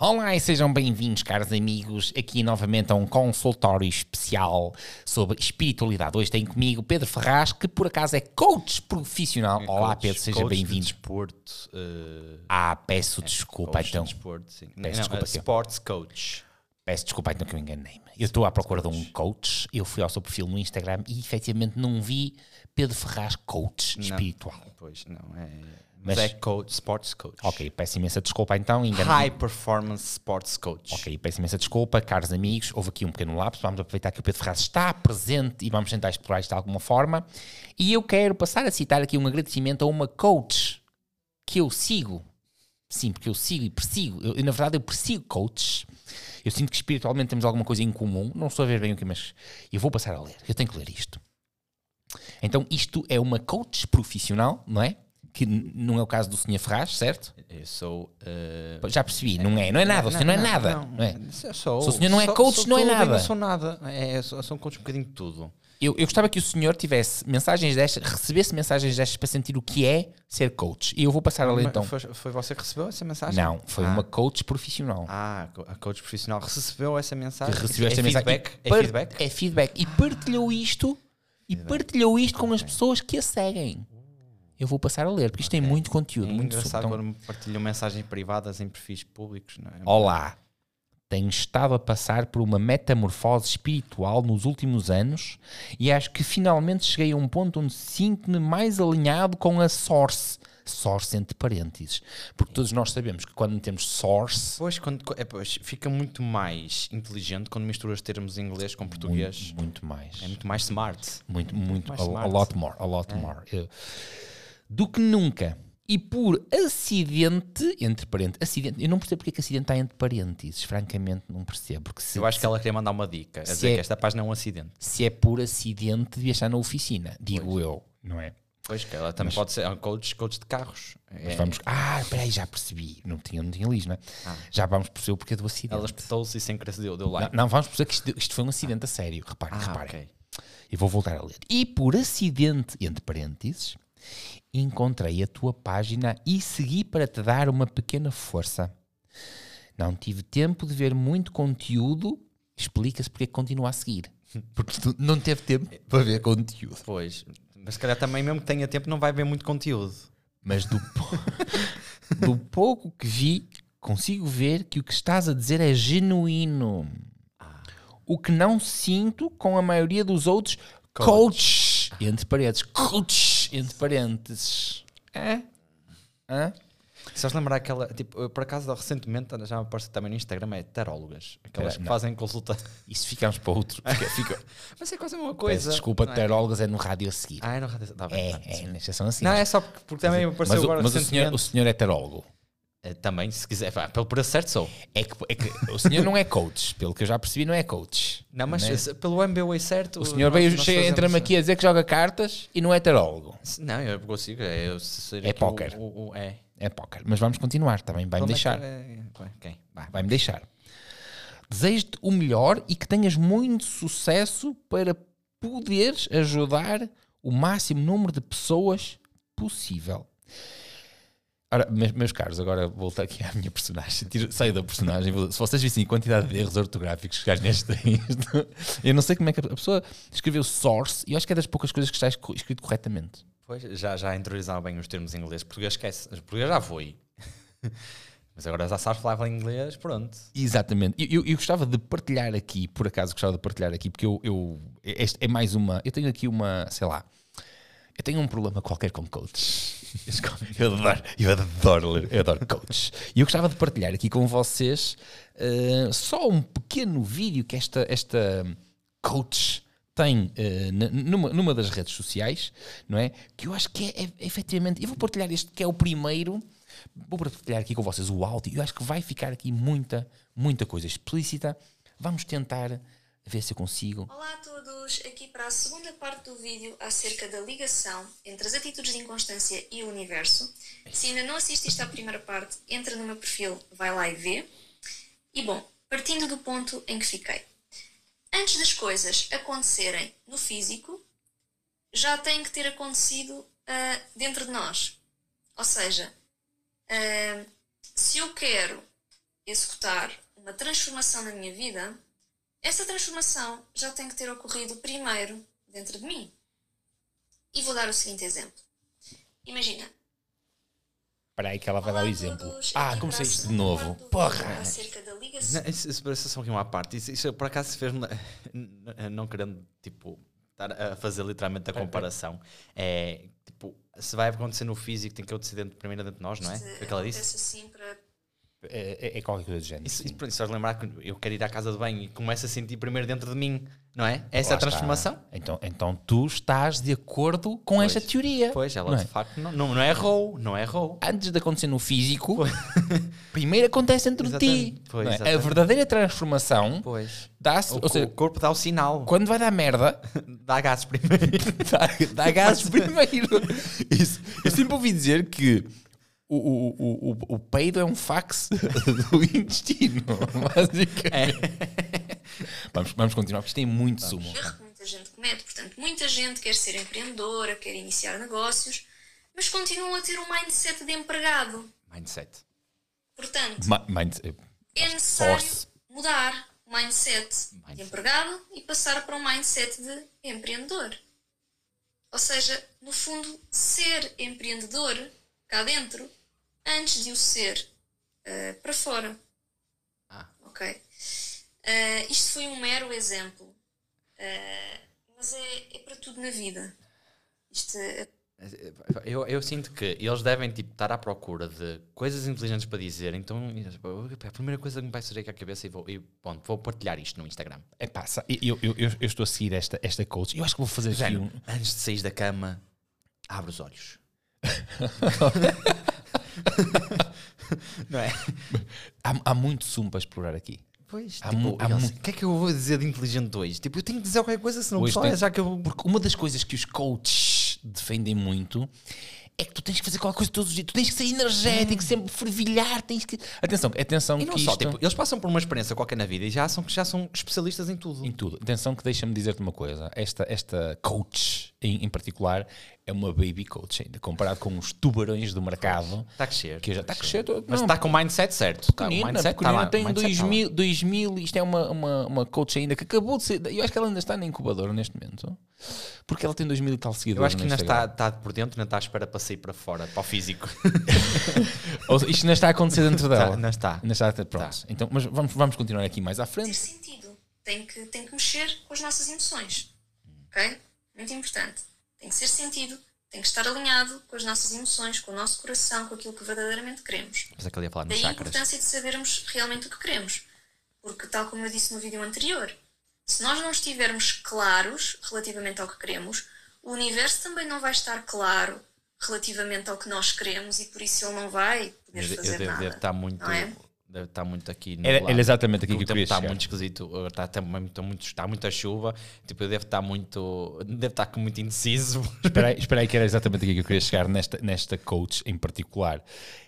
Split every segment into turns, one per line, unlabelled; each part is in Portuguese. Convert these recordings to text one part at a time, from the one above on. Olá e sejam bem-vindos, caros amigos, aqui novamente a um consultório especial sobre espiritualidade. Hoje tenho comigo Pedro Ferraz, que por acaso é coach profissional. Olá,
É Coach-
Pedro, seja
coach de
bem-vindo.
Desporto. eh,
Ah, peço desculpa
coach de
então.
Desporto, sim. Não,
Peço
não,
desculpa,
eh,
senhor.
sports coach.
Peço desculpa então que eu enganei-me. Eu estou à procura de um coach, eu fui ao seu perfil no Instagram e efetivamente não vi Pedro Ferraz, coach espiritual.
Pois, não é.
Mas-
Mas, é coach, sports coach.
Ok, peço imensa desculpa então, enganei-me.
High performance sports coach.
Ok, peço imensa desculpa, caros amigos. Houve aqui um pequeno lapso. Vamos aproveitar que o Pedro Ferraz está presente e vamos tentar explorar isto de alguma forma. E eu quero passar a citar aqui um agradecimento a uma coach que eu sigo. Sim, porque eu sigo e persigo. Eu, eu, na verdade, eu persigo coaches. Eu sinto que espiritualmente temos alguma coisa em comum. Não estou a ver bem o que, mas eu vou passar a ler. Eu tenho que ler isto. Então, isto é uma coach profissional, não é? Que n- não é o caso do Sr. Ferraz, certo?
Eu sou. eh,
Já percebi, não é, não é nada, o senhor não é nada.
Não,
não é?
eu sou-
Se o senhor não é
sou-
coach,
sou
não é
tudo e
nada.
Não sou nada. É, eu sou, eu sou um coach um bocadinho de tudo.
Eu, eu gostava que o senhor tivesse mensagens destas, recebesse mensagens destas para sentir o que é ser coach. E eu vou passar a ler
Mas
então.
Foi, foi você que recebeu essa mensagem?
Não, foi
Ah.
uma coach profissional.
Ah, a co- a coach profissional recebeu essa mensagem.
que recebeu esta
é
mensagem.
Feedback?
E
É
par-
feedback?
É feedback. E partilhou isto e partilhou isto com as pessoas que a seguem. Eu vou passar a ler, porque isto tem muito conteúdo,
É
muito
engraçado
suco. Então,
quando partilham mensagens privadas em perfis públicos, não é?
Olá. Tenho estado a passar por uma metamorfose espiritual nos últimos anos e acho que finalmente cheguei a um ponto onde sinto-me mais alinhado com a source. Source entre parênteses. Porque todos nós sabemos que quando temos source,
Pois, quando, é, pois, fica muito mais inteligente quando misturas termos em inglês com português.
muito mais.
É muito mais smart.
Muito, muito.
mais
a, a
smart. É.
lot more. A lot more. Eu- do que nunca. E por acidente, entre parênteses, acidente, eu não percebo porque é que acidente está entre parênteses, francamente não percebo. Porque se,
Eu acho que ela queria mandar uma dica. A
Se
dizer
é-
que esta página é um acidente.
se é por acidente, devia estar na oficina, digo eu, não é?
Pois, que ela também pode ser é um coach, coach de carros.
Mas
É,
vamos. Ah, peraí, já percebi. Não tinha, não tinha liso, não é?
Ah.
Já vamos perceber o porquê do acidente.
ela espetou-se e sem querer se deu, deu like.
Não, não, vamos perceber que isto, isto foi um acidente a sério. Reparem,
Ah,
reparem.
ok.
Eu vou voltar a ler. E por acidente, entre parênteses, encontrei a tua página e segui para te dar uma pequena força. Não tive tempo de ver muito conteúdo. Explica-se porque é que continua a seguir. Porque tu não teve tempo para ver conteúdo.
Pois, mas se calhar também, mesmo que tenha tempo, não vai ver muito conteúdo.
mas do, po- do pouco que vi, consigo ver que o que estás a dizer é genuíno. O que não sinto com a maioria dos outros coaches, entre parênteses, coaches, entre parênteses. É? Hã?
Se vocês lembrar aquela, tipo, eu, por acaso recentemente já me aparece também no Instagram, é tarólogas. Aquelas
Pera,
que
não.
fazem consulta.
Isso ficamos para outro. Fica, fica.
Mas é quase uma coisa.
Peço desculpa,
não é?
terólogas é no rádio a seguir.
Ah, é no rádio. Tá bem,
é,
tá bem.
é, na são assim.
Não, é só porque, porque também
mas
apareceu
o,
agora
mas o, senhor,
recentemente.
o senhor é terólogo.
Eh, Também, se quiser, pá, pelo por acerto sou.
É que, é que o senhor não é coach, pelo que eu já percebi, não é coach.
Não, mas
Né?
se- pelo MBA é certo.
O senhor veio,
nós
chega,
fazemos- eh, assim.
entra-me aqui a dizer que joga cartas e não é tarólogo.
Se- Não, eu consigo. É, eu, se- ser
É
aqui o-
póquer.
o- o- É.
É póquer. Mas vamos continuar também, vai-me
Pelo
deixar.
menos, é, Ok, vá.
Vai-me deixar. Desejo-te o melhor e que tenhas muito sucesso para poderes ajudar o máximo número de pessoas possível. Ora, me- meus caros, agora volto aqui à minha personagem. Tiro, saio da personagem. vou- Se vocês vissem a quantidade de erros ortográficos que os gajos têm, isto- eu não sei como é que a a pessoa escreveu source e eu acho que é das poucas coisas que está esco- escrito corretamente.
Pois, já, já interiorizava bem os termos em inglês. Português esquece. Mas Português já foi. mas agora já sabes falar em inglês, pronto.
Exatamente. Eu, eu- eu gostava de partilhar aqui, por acaso gostava de partilhar aqui, porque eu, eu este é mais uma. Eu tenho aqui uma, sei lá, eu tenho um problema qualquer com coaches. Eu adoro, eu adoro, ler, eu adoro coaches. E eu gostava de partilhar aqui com vocês eh, só um pequeno vídeo que esta, esta coach tem eh, na- numa, numa das redes sociais, não é? Que eu acho que é, é efetivamente. Eu vou partilhar este que é o primeiro. Vou partilhar aqui com vocês o áudio. Eu acho que vai ficar aqui muita, muita coisa explícita. Vamos tentar ver se eu consigo.
Olá a todos, aqui para a segunda parte do vídeo acerca da ligação entre as atitudes de inconstância e o universo. Se ainda não assististe à primeira parte, entra no meu perfil, vai lá e vê. E bom, partindo do ponto em que fiquei. Antes das coisas acontecerem no físico, já têm que ter acontecido ah, dentro de nós. Ou seja, ah, se eu quero executar uma transformação na minha vida, essa transformação já tem que ter ocorrido primeiro dentro de mim. E vou dar o seguinte exemplo. Imagina,
Espera aí que ela vai dar o
Olá a
exemplo.
todos,
Ah,
aqui
comecei
para a
isto de
segunda
novo.
parte do
Porra!
vídeo Acerca da ligação.
Não, isso, isso parece só aqui uma parte. Isso, isso por acaso fez-me. Não querendo, tipo, estar a fazer literalmente a comparação. É tipo, se vai acontecer no físico, tem que acontecer dentro, primeiro dentro de nós, não é? Foi o que ela disse.
Acontece assim para
É, é- é qualquer coisa do género.
Isso,
sim.
isso, pronto, isso faz lembrar que eu quero ir à casa de banho e começo a sentir primeiro dentro de mim, não é? Essa é
Lá
a transformação.
está. Então, então tu estás de acordo com esta teoria.
Pois, ela
não
de
é?
facto não, não, não errou, não é errou.
Antes de acontecer no físico, primeiro acontece dentro de ti.
Exatamente. Pois,
não é? A
exatamente.
verdadeira transformação
Pois.
dá-se.
O,
Ou seja,
co- o corpo dá o sinal,
quando vai dar merda,
dá gases primeiro.
dá, dá gases primeiro. Isso. Eu sempre ouvi dizer que o, o, o, o, o peido é um fax do intestino, basicamente.
É.
Vamos, vamos continuar, porque isto tem muito sumo.
erro que muita gente comete. Portanto, muita gente quer ser empreendedora, quer iniciar negócios, mas continuam a ter um mindset de empregado.
Mindset.
Portanto,
Ma- mind- eh,
é necessário
force.
mudar o mindset, de
Mindset.
empregado e passar para um mindset de empreendedor. Ou seja, no fundo, ser empreendedor cá dentro antes de o ser eh, para fora.
Ah.
Ok? Eh, isto foi um mero exemplo. Eh, mas é, é para tudo na vida. Isto é-
eh, Eu, eu sinto que eles devem tipo, estar à procura de coisas inteligentes para dizer, então a primeira coisa que me vai surgir aqui à cabeça e vou, e, pronto, vou partilhar isto no Instagram.
Epá, sa- eu, eu, eu, eu estou a seguir esta, esta coach. Eu acho que vou fazer aqui
Género,
um.
antes de sair da cama, abre os olhos. não é?
Há, há muito sumo para explorar aqui.
Pois,
Há
tipo,
mu- há
eles,
mu-
o que é que eu vou dizer de inteligente hoje? Tipo, eu tenho que dizer qualquer coisa, senão o
Hoje
pessoal
tem-
é já que eu...
Porque uma das coisas que os coaches defendem muito é que tu tens que fazer qualquer coisa todos os dias. Tu tens que ser energético, sempre fervilhar. Tens que... Atenção, atenção
Hum. E
que
não
isto...
só, tipo, eles passam por uma experiência qualquer na vida e já são, já são especialistas em tudo.
Em tudo. Atenção que deixa-me dizer-te uma coisa. Esta, esta coach, em, em particular, é uma baby coach ainda. Comparado com os tubarões do mercado...
Está Tá a crescer.
Que já está a crescer. tô-
Mas
não,
está com o mindset certo. Tá, o
pequenina,
mindset tá
pequenina,
lá, o
é tem
mindset tá lá.
2000, 2000, isto é uma, uma, uma coach ainda que acabou de ser, eu acho que ela ainda está na incubadora neste momento, porque ela tem 2000 e tal
Eu
seguidores.
acho que
no
ainda está,
Instagram.
está por dentro, ainda está à espera para sair para fora, para o físico.
Ou seja, isto ainda está a acontecer dentro dela.
Tá, ainda está. Tá.
Ainda está, pronto. Então, mas vamos, vamos continuar aqui mais à
ter
frente.
sentido. Tem que, tem que mexer com as nossas emoções. Ok? Muito importante. Tem que ser sentido, tem que estar alinhado com as nossas emoções, com o nosso coração, com aquilo que verdadeiramente queremos.
Mas é que ele ia falar nos
Daí a
chakras.
importância de sabermos realmente o que queremos. Porque, tal como eu disse no vídeo anterior, se nós não estivermos claros relativamente ao que queremos, o universo também não vai estar claro relativamente ao que nós queremos e por isso ele não vai
Eu,
poder
eu
fazer
devo,
nada.
devo estar tá muito.
não é?
Deve estar muito aqui no.
Era, era exatamente aqui
o
que eu
tempo
queria
está
chegar.
muito esquisito, está, está, muito, muito, está muita chuva, tipo, eu devo estar muito. Devo estar com muito indeciso.
Espera aí, espera aí que era exatamente aqui que eu queria chegar nesta, nesta coach em particular.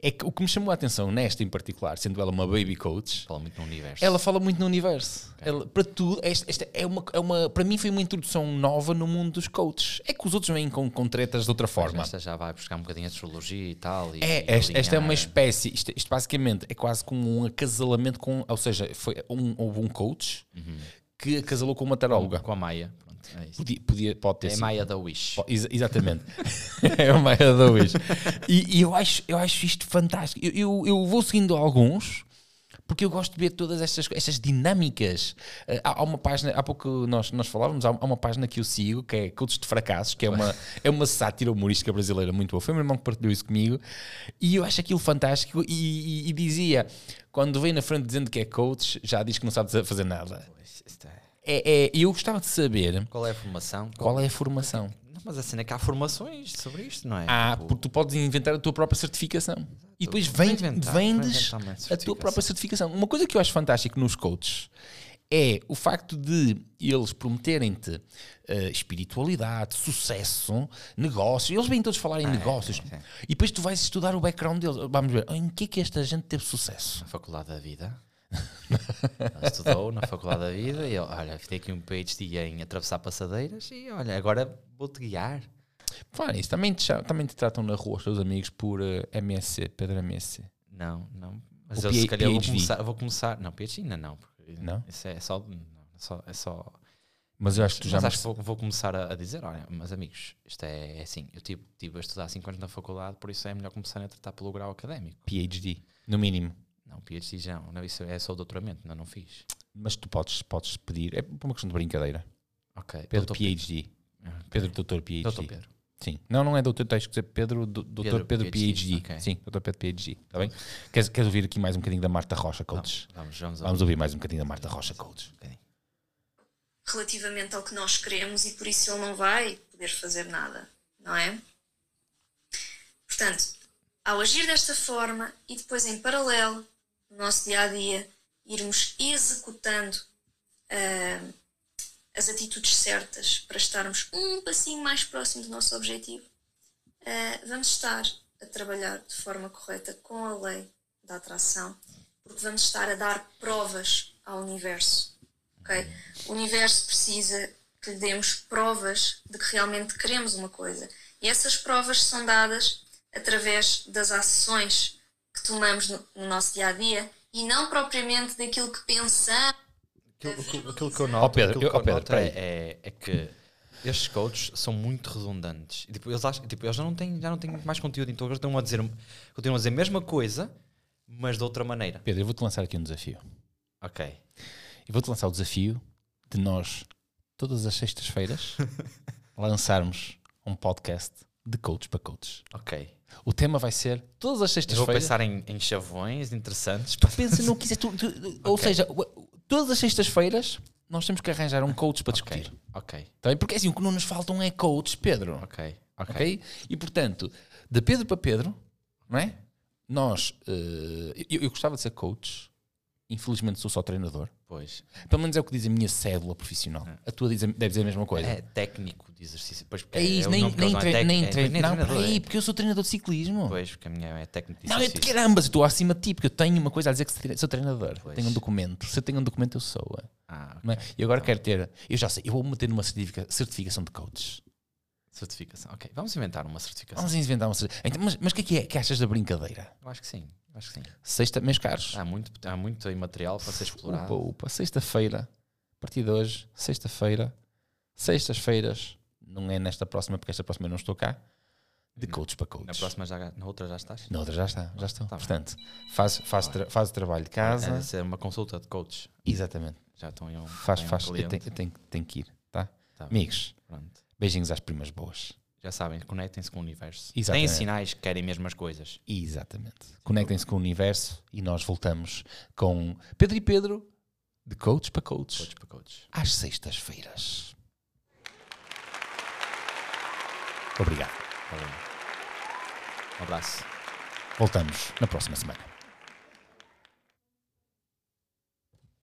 É que o que me chamou a atenção nesta em particular, sendo ela uma baby coach,
Fala muito no universo.
Ela fala muito no universo. Ela- para tudo, esta, esta é uma, é uma. Para mim foi uma introdução nova no mundo dos coaches. É que os outros vêm com, com tretas de outra
Mas
forma.
Esta já vai buscar um bocadinho de astrologia e tal. E, e
É, esta, esta é uma
alinhar.
espécie, isto, isto basicamente é quase como um acasalamento com. Ou seja, foi um, houve um coach que acasalou com uma taróloga.
Com a Maia. Pronto, é isso.
Podia, podia- pode ter
É
sido.
Maia da Wish.
Po- exa- exatamente. é o Maia da Wish. E, e eu, acho, eu acho isto fantástico. Eu, eu, eu vou seguindo alguns. Porque eu gosto de ver todas estas, co- estas dinâmicas. Eh, Há, há uma página, há pouco nós, nós falávamos, há, há uma página que eu sigo, que é Cultos de Fracassos, que é uma, é uma sátira humorística brasileira muito boa. Foi o meu irmão que partilhou isso comigo e eu acho aquilo fantástico. E, e- e dizia: quando vem na frente dizendo que é coach, já diz que não sabe fazer nada.
Isto é-
É, é, e eu gostava de saber
Qual é a formação?
qual é a formação.
Não, mas a cena é que há formações sobre isto, não é?
Ah,
Tipo,
porque tu podes inventar a tua própria certificação. E depois vem,
inventar, vou
vendes
inventar uma
a tua
certificação.
própria certificação. Uma coisa que eu acho fantástico nos coaches é o facto de eles prometerem-te eh, espiritualidade, sucesso, negócios. Eles vêm todos
Ah, é,
falar em negócios. E depois tu vais estudar o background deles. Vamos ver, em que é que esta gente teve sucesso?
Na Faculdade da Vida. Ela estudou na Faculdade da Vida e eu, olha, fiz aqui um PhD em atravessar passadeiras e olha, agora vou-te guiar.
Fala isso. Também te, cha- também te tratam na rua os teus amigos por eh, MSC, Pedro MSC.
Não, não. Mas
O
eu
P-
se calhar vou
PhD.
começar, vou começar. Não, PhD ainda não. Porque
Não?
Isso é só. não, é só, é só
Mas eu acho que tu já
mas
me-
acho que vou, vou começar a, a dizer: olha, meus amigos, isto é, é assim. Eu tive, tive a estudar 5 anos na faculdade, por isso é melhor começar a tratar pelo grau académico.
PhD, no mínimo.
Não, PhD já não. não, Isso é só o doutoramento, ainda não fiz.
Mas tu podes, podes pedir, é por uma questão de brincadeira.
Ok.
Pedro
doutor
PhD.
Ah,
Pedro Doutor PhD.
Doutor Pedro.
Sim. Não, não é doutor, tens que dizer Pedro, do- doutor Pedro,
Pedro
PhD.
PhD, ok.
Sim, doutor Pedro PhD. Está Tá bem? Queres, queres ouvir aqui mais um bocadinho da Marta Rocha Coates?
Vamos, vamos,
Vamos ouvir um mais um bocadinho da Marta Rocha Coates.
relativamente ao que nós queremos e por isso ele não vai poder fazer nada, não é? Portanto, ao agir desta forma e depois em paralelo, no nosso dia a dia, irmos executando ah, as atitudes certas para estarmos um passinho mais próximo do nosso objetivo, ah, vamos estar a trabalhar de forma correta com a lei da atração, porque vamos estar a dar provas ao universo ok? O universo precisa que lhe demos provas de que realmente queremos uma coisa. E essas provas são dadas através das ações que tomamos no, no nosso dia a dia e não propriamente daquilo que pensamos.
Aquilo, aquilo- aquilo que eu
Ó
noto.
Oh, Pedro,
aquilo
eu,
que
ó
eu
Pedro,
noto
peraí.
é-
é, é que estes coaches são muito redundantes. E, tipo, eles, acham, tipo, eles já, não têm, já não têm mais conteúdo, então eles estão a dizer, continuam a dizer a mesma coisa, mas de outra maneira.
Pedro, eu vou-te lançar aqui um desafio.
Ok.
Eu vou-te lançar o desafio de nós, todas as sextas-feiras, lançarmos um podcast de coaches para coaches.
Ok.
O tema vai ser todas as
Eu vou
sextas-feiras.
pensar em, em chavões interessantes. para-
Pensa no que quiser. tu- tu- Ou
Ok.
seja, o- todas as sextas-feiras nós temos que arranjar um coach para
Ok,
discutir.
ok,
Tá bem? Porque assim, o que não nos faltam é coaches, Pedro.
ok,
Ok?
ok.
E portanto, de Pedro para Pedro, não é? Nós, eh, eu, eu gostava de ser coach, infelizmente sou só treinador.
Pois.
Pelo menos é o que diz a minha cédula profissional. A tua diz a- deve dizer a mesma coisa.
É técnico de exercício. Pois,
É isso,
o
nem,
nome que
nem,
eles dão,
tre-
é tec-
nem
é-
tre- Não,
treinador,
peraí,
é.
porque eu sou treinador de ciclismo.
Pois, porque a minha é técnico de
Não, eu de
exercício.
carambas, eu estou acima de ti, porque eu tenho uma coisa a dizer que tre- sou treinador.
Pois.
Tenho um documento. Se eu tenho um documento, eu sou. é.
Ah,
Não é? E agora quero ter. Eu já sei, eu vou meter numa certifica- certificação de coaches.
certificação. Ok, vamos inventar uma certificação.
Vamos inventar uma certificação. Então, mas mas o que é que é que achas da brincadeira?
Eu acho que sim, eu acho que sim.
Sexta, meus caros.
Há muito, há muito aí material para ser explorado.
Upa, upa, sexta-feira, a partir de hoje, sexta-feira, sextas-feiras, não é nesta próxima, porque esta próxima eu não estou cá, de coaches para
Uhum. Na
coaches.
próxima já, na outra já estás?
Na outra já está, já estou.
Tá bem.
Portanto, faz, faz, tra- faz o trabalho de casa.
Essa é uma consulta de coach.
Exatamente.
Já estão aí um.
Faz,
tem um
faz. Eu
cliente.
tenho, eu tenho, tenho que ir, tá?
Tá bem,
Amigos,
pronto.
beijinhos às primas boas.
Já sabem, conectem-se com o universo.
Exatamente.
Têm sinais que querem mesmo as coisas.
Exatamente. Conectem-se com o universo e nós voltamos com Pedro e Pedro, de coaches para coaches,
Coach para coach.
às sextas-feiras. Obrigado.
Tá bem. Um abraço. Um
Voltamos na próxima semana.